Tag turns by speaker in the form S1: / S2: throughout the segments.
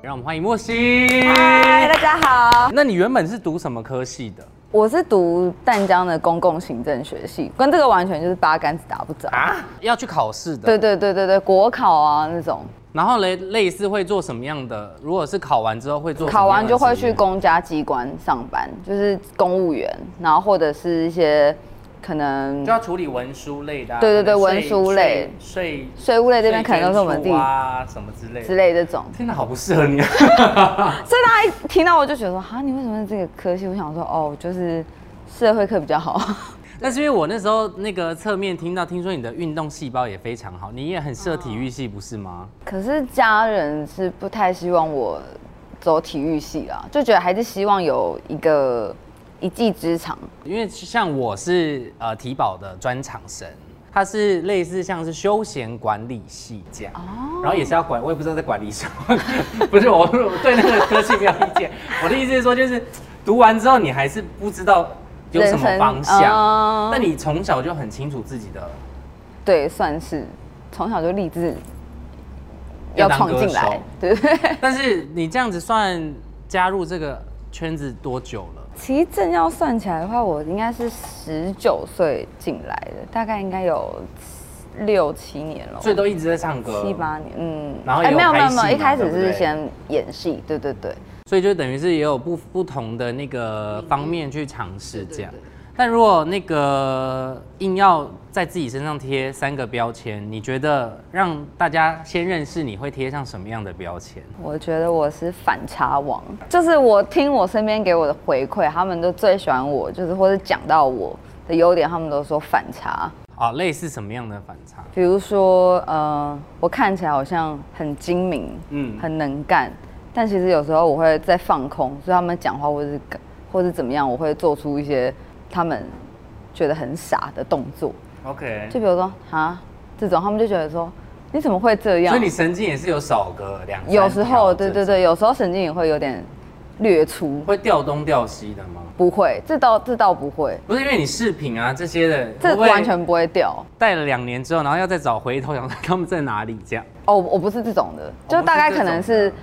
S1: 让我们欢迎莫西。
S2: 嗨，大家好，
S1: 那你原本是读什么科系的
S2: 我是读淡江的公共行政学系，跟这个完全就是八竿子打不着。
S1: 啊？要去考试的。
S2: 对对对对对，国考啊那种，
S1: 然后嘞，类似会做什么样的？如果是考完之后会做什么样
S2: 考
S1: 的
S2: 完就会
S1: 职业
S2: 去公家机关上班，就是公务员，然后或者是一些可能
S1: 就要处理文书类的啊、
S2: 对对对
S1: 可能税
S2: 文书类、
S1: 税
S2: 税务类这边可能都是我们
S1: 地
S2: 地
S1: 啊什么之类
S2: 之
S1: 的。
S2: 类这种。
S1: 天哪，好不适合你、啊。
S2: 所以大家一听到我就觉得说，啊哈，你为什么是这个科系？我想说，哦，就是社会课比较好。
S1: 但是因为我那时候那个侧面听到，听说你的运动细胞也非常好，你也很适合体育系，不是吗？
S2: 可是家人是不太希望我走体育系啦，就觉得还是希望有一个一技之长。
S1: 因为像我是呃体保的专场生，它是类似像是休闲管理系这样，
S2: 哦
S1: 然后也是要管，我也不知道在管理什么， 不是我我对那个科系没有意见，我的意思是说就是读完之后你还是不知道有什么方
S2: 人生
S1: 向
S2: 哦，
S1: 那你从小就很清楚自己的
S2: 对，算是从小就立志
S1: 要
S2: 要
S1: 当
S2: 闯
S1: 歌
S2: 进来
S1: 手，
S2: 对 不对？
S1: 但是你这样子算加入这个圈子多久了？
S2: 其实正要算起来的话，我应该是十九岁进来的，大概应该有六七年了，
S1: 所以都一直在唱歌，
S2: 哦七八年，嗯。
S1: 然后也
S2: 哎
S1: 有
S2: 没有没有
S1: 拍戏
S2: 没有，一
S1: 嘛
S2: 开始
S1: 对不对
S2: 是先演戏，对对对。
S1: 所以就等于是也有不不同的那个方面去尝试这样。但如果那个硬要在自己身上贴三个标签，你觉得让大家先认识你会贴上什么样的标签？
S2: 我觉得我是反差王，就是我听我身边给我的回馈，他们都最喜欢我，就是或者讲到我的优点，他们都说反差。
S1: 啊，类似什么样的反差？
S2: 比如说，呃，我看起来好像很精明，
S1: 嗯
S2: 嗯，很能干，但其实有时候我会在放空，所以他们讲话或是或是怎么样，我会做出一些他们觉得很傻的动作，
S1: OK，
S2: 就比如说啊这种，他们就觉得说你怎么会这样？
S1: 所以你神经也是有少个两，三
S2: 有时候，
S1: 条
S2: 对
S1: 这
S2: 对
S1: 种，
S2: 对，有时候神经也会有点略粗，
S1: 会调东调西的吗？
S2: 不会，这倒这倒不会，
S1: 不是因为你饰品啊这些的，
S2: 这
S1: 会不会
S2: 完全不会掉。
S1: 戴了两年之后，然后要再找回头，想说他们在哪里这样。
S2: 哦，我我不是这种的，
S1: 不是
S2: 就大概可
S1: 这
S2: 能是
S1: 种，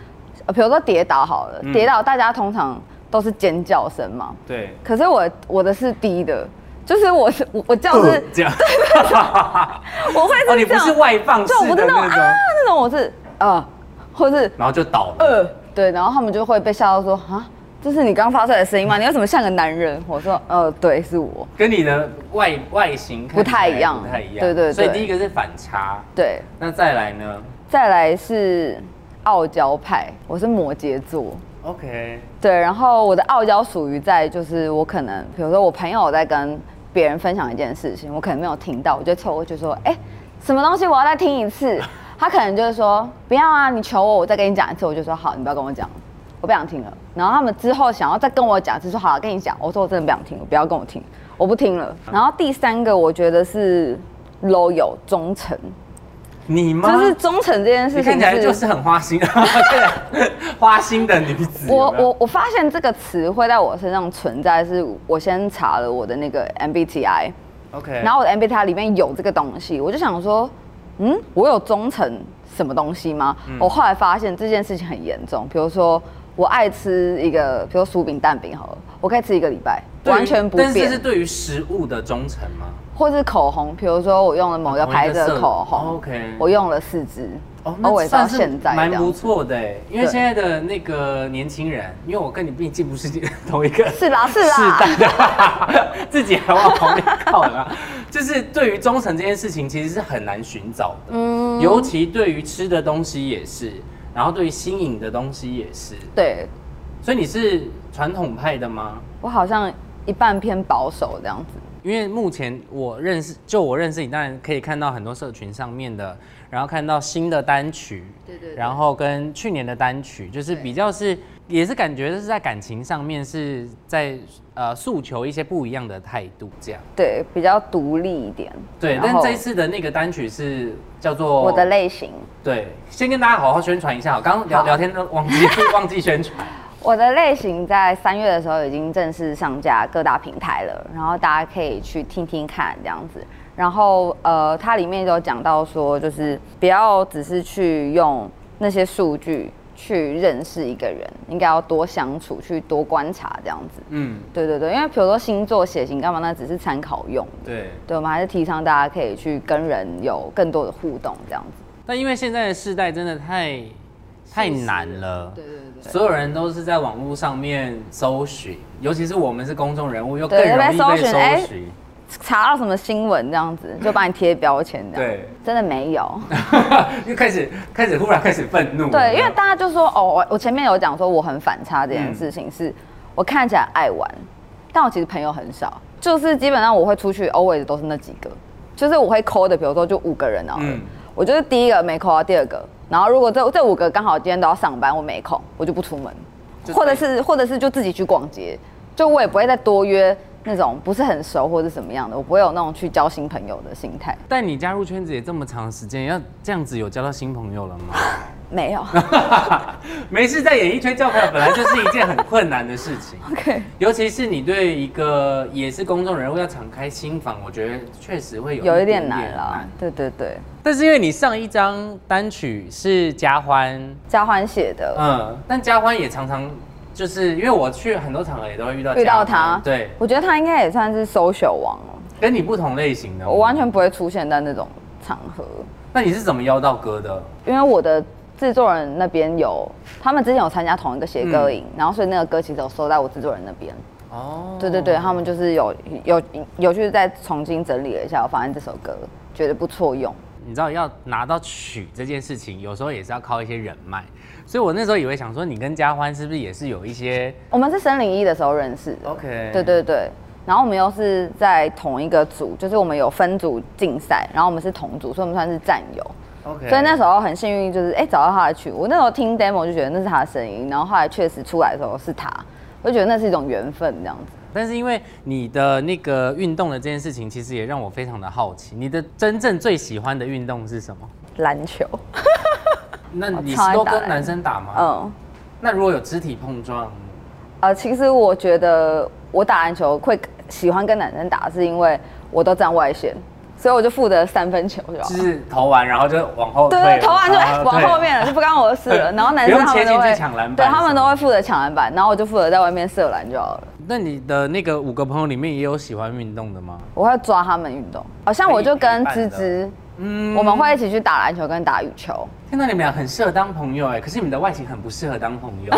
S2: 呃比如说跌倒好了，
S1: 嗯
S2: 跌倒大家通常都是尖叫声嘛，
S1: 对，
S2: 可是我我的是低的，就是我是我我叫是，
S1: 这样。
S2: 我会
S1: 呃哦，
S2: 是
S1: 你不
S2: 这
S1: 是
S2: 样，
S1: 外放式
S2: 就我不
S1: 的
S2: 是那种
S1: 那
S2: 啊
S1: 种，
S2: 那种，我是呃，或是
S1: 然后就倒了。
S2: 呃，对，然后他们就会被吓到说啊，这是你刚发出来的声音吗？你为什么像个男人？我说呃，对，是我，
S1: 跟你的外外形看起来
S2: 不太一样
S1: 不太一样。
S2: 对对对
S1: 所以第一个是反差，
S2: 对，
S1: 那再来呢
S2: 再来是傲娇派，我是摩羯座。
S1: ？OK，
S2: 对，然后我的傲娇属于在就是我可能，比如说我朋友在跟别人分享一件事情，我可能没有听到，我就凑过去说，哎，什么东西我要再听一次。他可能就是说不要啊，你求我，我再跟你讲一次。我就说好，你不要跟我讲，我不想听了。然后他们之后想要再跟我讲，就说好了，跟你讲。我说我真的不想听了，不要跟我听，我不听了。然后第三个我觉得是 loyal 忠诚，
S1: 你吗？
S2: 就是忠诚这件事
S1: 你
S2: 情
S1: 看起来就是很花心， 对花心的女子。
S2: 我
S1: 有没有
S2: 我我发现这个词汇在我身上存在，是我先查了我的那个 MBTI，
S1: OK，
S2: 然后我的 MBTI 里面有这个东西，我就想说，嗯，我有忠诚什么东西吗？
S1: 嗯
S2: 我后来发现这件事情很严重，比如说我爱吃一个，比如薯饼蛋饼好了，我可以吃一个礼拜，
S1: 对于
S2: 完全不
S1: 但是这是
S2: 变，
S1: 对于食物的忠诚吗？
S2: 或是口红，比如说我用了某个牌子的口
S1: 哦
S2: 红
S1: ，OK
S2: 我用了四支，
S1: 哦，
S2: 我
S1: 那
S2: 也到
S1: 算是
S2: 现在
S1: 蛮
S2: 这
S1: 不
S2: 样子，
S1: 错的欸，因为
S2: 对
S1: 现在的那个年轻人，因为我跟你毕竟不是同一个
S2: 是啦是啊啦
S1: 世代的， 自己还往旁边靠了， 就是对于忠诚这件事情，其实是很难寻找的，嗯，尤其对于吃的东西也是，然后对于新颖的东西也是，
S2: 对
S1: 所以你是传统派的吗？
S2: 我好像一半偏保守这样子。
S1: 因为目前我认识，就我认识你，当然可以看到很多社群上面的，然后看到新的单曲，
S2: 对对对
S1: 然后跟去年的单曲，就是比较是，也是感觉是在感情上面是在呃诉求一些不一样的态度这样。
S2: 对，比较独立一点。
S1: 对，
S2: 然
S1: 但
S2: 后
S1: 这一次的那个单曲是叫做
S2: 我的类型，
S1: 对，先跟大家好好宣传一下好，刚刚聊
S2: 好
S1: 聊天都忘记忘记宣 传，
S2: 我的类型在三月的时候已经正式上架各大平台了，然后大家可以去听听看这样子。然后呃，它里面有讲到说，就是不要只是去用那些数据去认识一个人，应该要多相处，去多观察这样子。
S1: 嗯，
S2: 对对对，因为比如说星座、血型干嘛，那只是参考用。
S1: 对。
S2: 对，我们还是提倡大家可以去跟人有更多的互动这样子。
S1: 但因为现在的世代真的太太难了，
S2: 对对对。
S1: 所有人都是在网络上面搜寻，尤其是我们是公众人物，又更
S2: 对
S1: 容易
S2: 被搜
S1: 被
S2: 寻
S1: 搜
S2: 哎
S1: 寻。
S2: 查到什么新闻这样子，就把你贴标签这样。
S1: 对，
S2: 真的没有。
S1: 又开始开始忽然开始愤怒了。
S2: 对，因为大家就说哦，我我前面有讲说我很反差这
S1: 嗯
S2: 件事情是，我看起来爱玩，但我其实朋友很少，就是基本上我会出去 always 都是那几个，就是我会抠的，比如说就五个人啊，
S1: 嗯
S2: 我就是第一个没抠到第二个，然后如果这这五个刚好今天都要上班，我没空，我就不出门，
S1: 就
S2: 或者是或者是就自己去逛街，就我也不会再多约。那种不是很熟或者什么样的，我不会有那种去交新朋友的心态，
S1: 但你加入圈子也这么长时间，要这样子有交到新朋友了吗？
S2: 没有。
S1: 没事，在演艺圈交朋友本来就是一件很困难的事情，
S2: OK，
S1: 尤其是你对一个也是公众人物要敞开心房，我觉得确实会有
S2: 有一
S1: 一
S2: 点
S1: 点
S2: 难
S1: 点
S2: 了
S1: 难。。
S2: 对对对，
S1: 但是因为你上一张单曲是嘉欢，
S2: 交换写的，
S1: 嗯，但嘉欢也常常就是因为我去很多场合也都会遇到
S2: 遇到
S1: 嘉欢
S2: 他，
S1: 对，
S2: 我觉得他应该也算是 social 王了。
S1: 跟你不同类型的，
S2: 我完全不会出现在那种场合，
S1: 那你是怎么邀到歌的？
S2: 因为我的制作人那边有，他们之前有参加同一个写歌营，然后所以那个歌其实有收在我制作人那边。
S1: 哦，
S2: 对对对，他们就是有有有去再重新整理了一下，我发现这首歌觉得不错用。
S1: 你知道要拿到曲这件事情，有时候也是要靠一些人脉，所以我那时候也会想说，你跟嘉欢是不是也是有一些
S2: 我们是森林一的时候认识的
S1: OK
S2: 对对对。然后我们又是在同一个组，就是我们有分组竞赛，然后我们是同组，所以我们算是战友。
S1: OK？
S2: 所以那时候很幸运，就是哎、找到他的曲。我那时候听 demo 就觉得那是他的声音，然后后来确实出来的时候是他，我就觉得那是一种缘分这样子。
S1: 但是因为你的那个运动的这件事情，其实也让我非常的好奇，你的真正最喜欢的运动是什么？
S2: 篮球，
S1: 那
S2: 我
S1: 你是
S2: 超爱
S1: 都
S2: 打
S1: 跟
S2: 篮
S1: 男生打吗？
S2: 嗯，
S1: 那如果有肢体碰撞，
S2: 呃，其实我觉得我打篮球会喜欢跟男生打，是因为我都站外线，所以我就负责三分球就好
S1: 就。是投完然后就往后退
S2: 对
S1: 了，啊
S2: 对，投完就
S1: 然
S2: 哎往
S1: 退
S2: 后面了，就不干我的事了。然后男
S1: 不
S2: 生
S1: 用
S2: 他们
S1: 切
S2: 都
S1: 进去
S2: 会
S1: 抢篮板
S2: 对
S1: 什么
S2: 他们都会负责抢篮板，然后我就负责在外面射篮就好了。
S1: 那你的那个五个朋友里面也有喜欢运动的吗？
S2: 我会抓他们运动，好像我就跟芝芝，
S1: 嗯，
S2: 我们会一起去打篮球跟打羽球。
S1: 听到你们俩很适合当朋友哎，可是你们的外形很不适合当朋 友。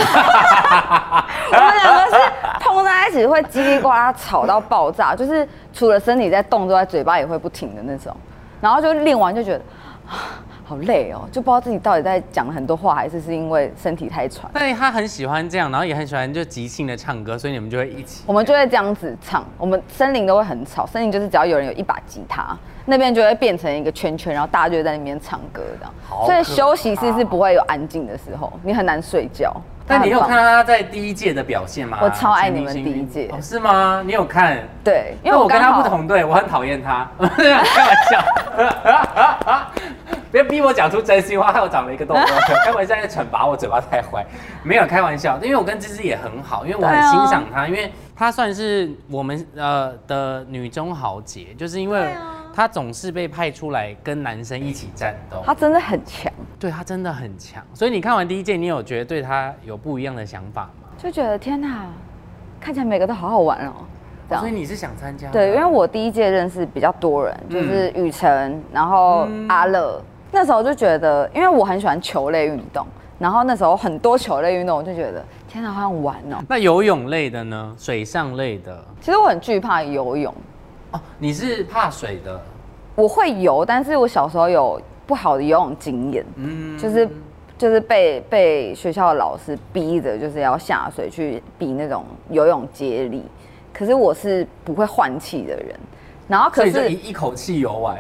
S2: 我们两个是碰在一起会叽里呱啦吵到爆炸，就是除了身体在动之外，嘴巴也会不停的那种。然后就练完就觉得啊好累哦，就不知道自己到底在讲了很多话，还是是因为身体太喘。
S1: 但他很喜欢这样，然后也很喜欢就即兴的唱歌，所以你们就会一起。
S2: 我们就会这样子唱，我们森林都会很吵，森林就是只要有人有一把吉他，那边就会变成一个圈圈，然后大家就会在那边唱歌这样
S1: 好。
S2: 所以
S1: 可
S2: 休息室
S1: 怕
S2: 是不会有安静的时候，你很难睡觉。
S1: 但你有
S2: 它很
S1: 看
S2: 棒
S1: 到他在第一届的表现吗？
S2: 我超爱你们
S1: 陈奕迅
S2: 第一届
S1: 哦是吗？你有看？
S2: 对，因
S1: 因
S2: 为
S1: 为
S2: 我
S1: 我跟
S2: 刚
S1: 他
S2: 好
S1: 不同队，我很讨厌他。 开玩笑，别逼我讲出真心话，害我长了一个 痘痘。开玩笑，在惩罚我嘴巴太坏。没有开玩笑，因为我跟芝芝也很好，因为我很
S2: 对啊
S1: 欣赏她，因为她算是我们呃的女中豪杰，就是因为她总是被派出来跟男生一起战斗。
S2: 他真的很强，
S1: 对她真的很强，所以你看完第一届，你有觉得对她有不一样的想法吗？
S2: 就觉得天哪，看起来每个都好好玩哦，这样
S1: 所以。你是想参加的？
S2: 对，因为我第一届认识比较多人，就是
S1: 嗯
S2: 雨辰，然后阿乐。那时候就觉得，因为我很喜欢球类运动，然后那时候很多球类运动，我就觉得天哪，好想玩哦。
S1: 那游泳类的呢？水上类的
S2: 其实我很惧怕游泳，
S1: 哦，你是怕水的，
S2: 我会游，但是我小时候有不好的游泳经验，
S1: 嗯，
S2: 就是就是被被学校的老师逼着，就是要下水去比那种游泳接力。可是我是不会换气的人，然后
S1: 所
S2: 可哦
S1: 以就是一一口气游完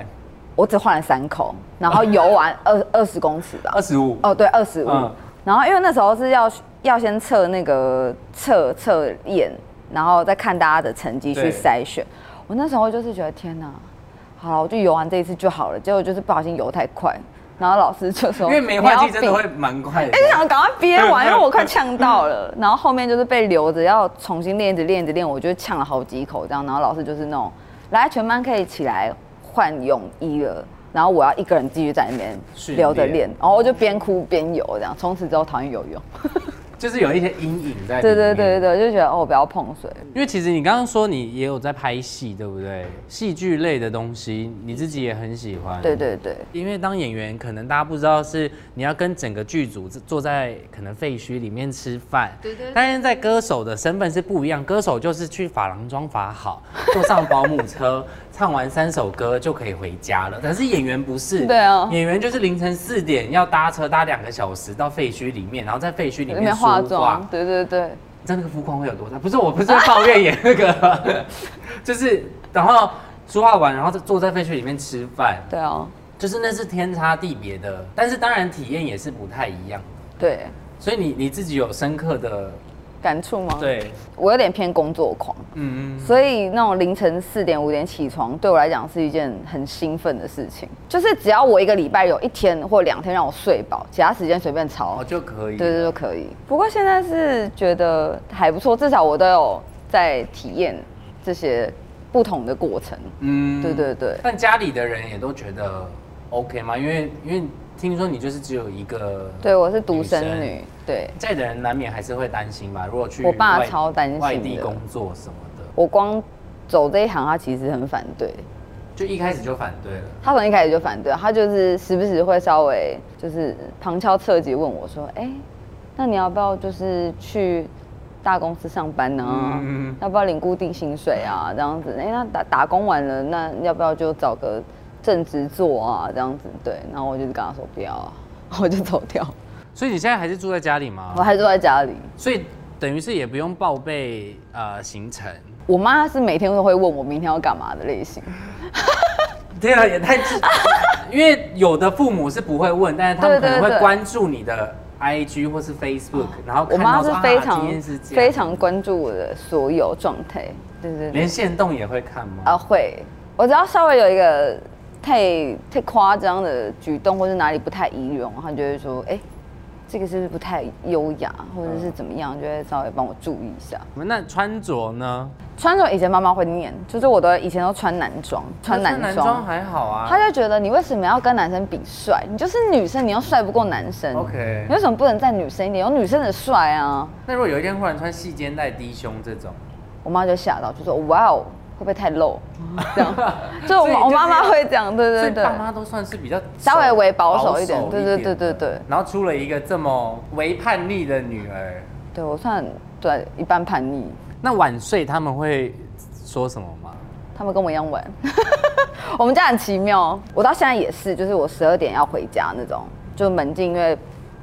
S2: 我只换了三口，然后游完二二十公尺吧
S1: 二，十五。
S2: 哦对，二十五
S1: 嗯。
S2: 然后因为那时候是要要先测那个测测验，然后再看大家的成绩去
S1: 对
S2: 筛选。我那时候就是觉得天哪，好了，我就游完这一次就好了。结果就是不小心游太快，然后老师就说
S1: 因为没
S2: 你
S1: 换
S2: 要
S1: 气真的
S2: 比
S1: 会蛮快的
S2: 哎、，就想赶快憋完，
S1: 哎
S2: 因为我快呛到了。
S1: 嗯
S2: 然后后面就是被留着要重新练，一直练，一直练，我就呛了好几口这样。然后老师就是那种，来全班可以起来换泳衣了。然后我要一个人继续在那边
S1: 训
S2: 留着
S1: 练
S2: 练，然后我就边哭边游这样。从此之后讨厌游泳，
S1: 就是有一些阴影在。
S2: 对对对对，对，就觉得哦不要碰水。
S1: 因为其实你刚刚说你也有在拍戏，对不对？戏剧类的东西你自己也很喜欢。
S2: 对对对，
S1: 因为当演员，可能大家不知道是你要跟整个剧组坐在可能废墟里面吃饭，
S2: 对对对
S1: 但是在歌手的身份是不一样，歌手就是去发廊妆发 好，坐上保姆车，唱完三首歌就可以回家了。但是演员不是，
S2: 对啊
S1: 演员就是凌晨四点要搭车搭两个小时到废墟里面，然后在废墟里
S2: 里
S1: 面
S2: 面
S1: 梳
S2: 化妆，对对对，
S1: 真的肤况会有多大？不是，我不是在抱怨演那个， 就是然后说话完，然后再坐在废墟里面吃饭。
S2: 对啊，
S1: 就是那是天差地别的，但是当然体验也是不太一样的。
S2: 对，
S1: 所以你你自己有深刻的
S2: 感触吗？，
S1: 对，
S2: 我有点偏工作狂，
S1: 嗯，
S2: 所以那种凌晨四点五点起床，对我来讲是一件很兴奋的事情。就是只要我一个礼拜有一天或两天让我睡饱，其他时间随便
S1: 哦
S2: 吵，
S1: 就可以。
S2: 对对就可以。不过现在是觉得还不错，至少我都有在体验这些不同的过程。
S1: 嗯
S2: 对对对，
S1: 但家里的人也都觉得 OK 吗？因为因为听说你就是只有一个，
S2: 对我是独生
S1: 女
S2: 女，对
S1: 家里的人难免还是会担心吧。如果去
S2: 我爸
S1: 外
S2: 超担心的
S1: 外地工作什么的，
S2: 我光走这一行，他其实很反对。
S1: 就一开始就反对了。
S2: 他从一开始就反对，他就是时不时会稍微就是旁敲侧击问我说：“哎、那你要不要就是去大公司上班呢、
S1: 嗯
S2: 要不要领固定薪水啊？这样子，哎、那打打工完了，那要不要就找个正职做啊？这样子，对。然后我就是跟他说不要、啊， 我就走掉，
S1: 所以你现在还是住在家里
S2: 我
S1: 吗？
S2: 还住在家里。
S1: 所以等于是也不用报备呃行程。
S2: 我妈是每天都会问我明天要干嘛的类型，
S1: 对啊，也太自，因为有的父母是不会问，但是他们可
S2: 对对
S1: 能
S2: 对哦
S1: 会关注你的 IG 或是 Facebook，然后
S2: 我
S1: 看
S2: 妈
S1: 到
S2: 是
S1: 说
S2: 非
S1: 啊
S2: 常、
S1: 今天是这样
S2: 非常关注我的所有状态，对对对。
S1: 连线动也会看吗？
S2: 啊，会，我只要稍微有一个太太夸张的举动，或是哪里不太仪容，他就会说，哎、这个是不是不太优雅，或者
S1: 嗯
S2: 是怎么样，就会稍微帮我注意一下。
S1: 那穿着呢？
S2: 穿着以前妈妈会念，就是我都以前都穿男装，穿男
S1: 男装
S2: 装，
S1: 还好啊。
S2: 她就觉得你为什么要跟男生比帅？你就是女生，你又帅不过男生
S1: OK
S2: 你为什么不能再女生一点？有女生的帅啊！
S1: 那如果有一天忽然穿细肩带、低胸这种，
S2: 我妈就吓到，就说哇哦，会不会太露？ 这样，就
S1: 所以
S2: 我
S1: 就
S2: 我
S1: 是
S2: 妈妈会这样，对
S1: 所
S2: 对
S1: 以
S2: 对。
S1: 爸妈都算是比较
S2: 稍微微保守一点对对对对
S1: 的
S2: 对
S1: 然后出了一个这么为叛逆的女儿，
S2: 对我算对一般叛逆，
S1: 那晚睡他们会说什么吗？
S2: 他们跟我一样晚。 我们家很奇妙，我到现在也是，就是我十二点要回家那种，就门禁，因为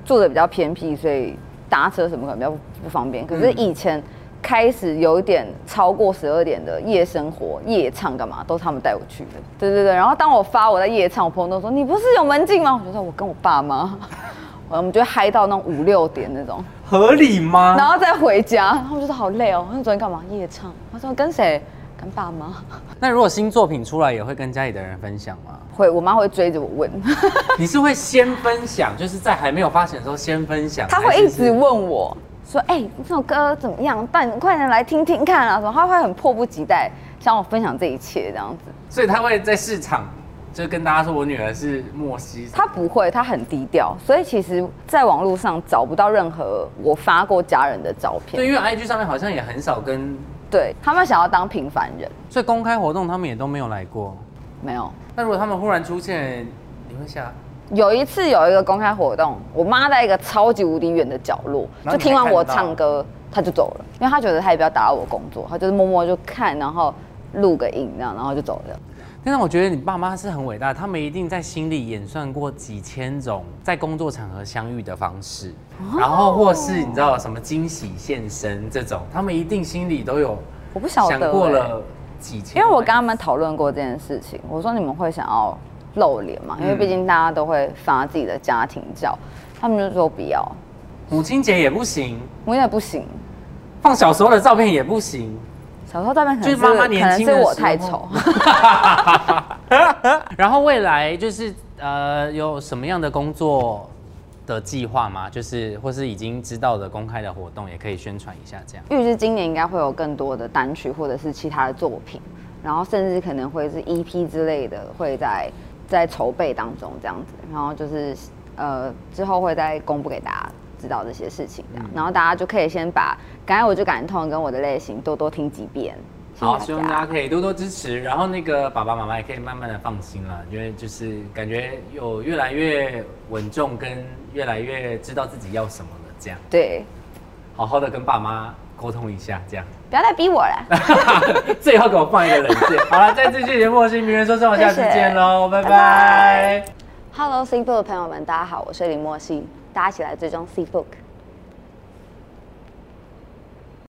S2: 住的比较偏僻，所以搭车什么可能比较不不方便。可是以前开始有一点超过十二点的夜生活、夜唱干嘛，都是他们带我去的。对对对，然后当我发我在夜唱，我朋友都说你不是有门禁吗？我就说我跟我爸妈， 我们就会嗨到那种五六点那种。
S1: 合理吗？
S2: 然后再回家，然后我就说好累哦。他说昨天干嘛？夜唱。他说跟谁？跟爸妈。
S1: 那如果新作品出来，也会跟家里的人分享吗？
S2: 会，我妈会追着我问，
S1: 你是会先分享，就是在还没有发行的时候先分享，
S2: 她
S1: 还
S2: 会
S1: 是
S2: 一直问我说：“哎、这首歌怎么样？办，快点来听听看啊！”什么？她会很迫不及待想我分享这一切这样子。
S1: 所以他会在市场就跟大家说我女儿是莫西，
S2: 她不会，她很低调，所以其实在网络上找不到任何我发过家人的照片。
S1: 对，因为 IG 上面好像也很少跟，
S2: 对他们想要当平凡人，
S1: 所以公开活动他们也都没有来过。
S2: 没有。
S1: 那如果他们忽然出现，你会吓？
S2: 有一次有一个公开活动，我妈在一个超级无敌远的角落，
S1: 然后你
S2: 就听完
S1: 还看
S2: 我
S1: 到啊
S2: 唱歌，她就走了，因为她觉得她也不要打扰我工作，她就是默默就看，然后录个影这样，然后就走了。
S1: 但是我觉得你爸妈是很伟大，他们一定在心里演算过几千种在工作场合相遇的方式，然后或是你知道什么惊喜现身这种，他们一定心里都有
S2: 我不晓得、欸
S1: 想过了几千
S2: 因
S1: 万，
S2: 为我跟他们讨论过这件事情，我说你们会想要露脸嘛？因为毕竟大家都会发自己的家庭照，他们就说不要，
S1: 母亲节也不行，
S2: 我也不行。
S1: 放小时候的照片也不行。
S2: 小时候照片可
S1: 就
S2: 能
S1: 是
S2: 是
S1: 妈妈
S2: 可
S1: 年
S2: 能
S1: 轻
S2: 是
S1: 的
S2: 我
S1: 时
S2: 太
S1: 候
S2: 丑，
S1: 然后未来就是呃，有什么样的工作的计划吗？就是或是已经知道的公开的活动，也可以宣传一下这样。
S2: 预计今年应该会有更多的 E 单曲或者是其他的作品，然后甚至可能会是 EP 之类的会在在筹备当中这样子，然后就是呃之后会再公布给大家知道这些事情
S1: 嗯
S2: 这样，然后大家就可以先把《感染我就感痛》跟我的类型多多听几遍。谢谢
S1: 好，希望大家可以多多支持，然后那个爸爸妈妈也可以慢慢的放心啦，因为就是感觉有越来越稳重，跟越来越知道自己要什么了，这样
S2: 对，
S1: 好好的跟爸妈沟通一下，这样。
S2: 不要再逼我了，
S1: 最后给我放一个冷箭。好了，在这期节目我是名人说说，我下次见喽，拜拜。
S2: Hello C Book 的朋友们，大家好，我是林莫西，大家一起来追踪 C Book。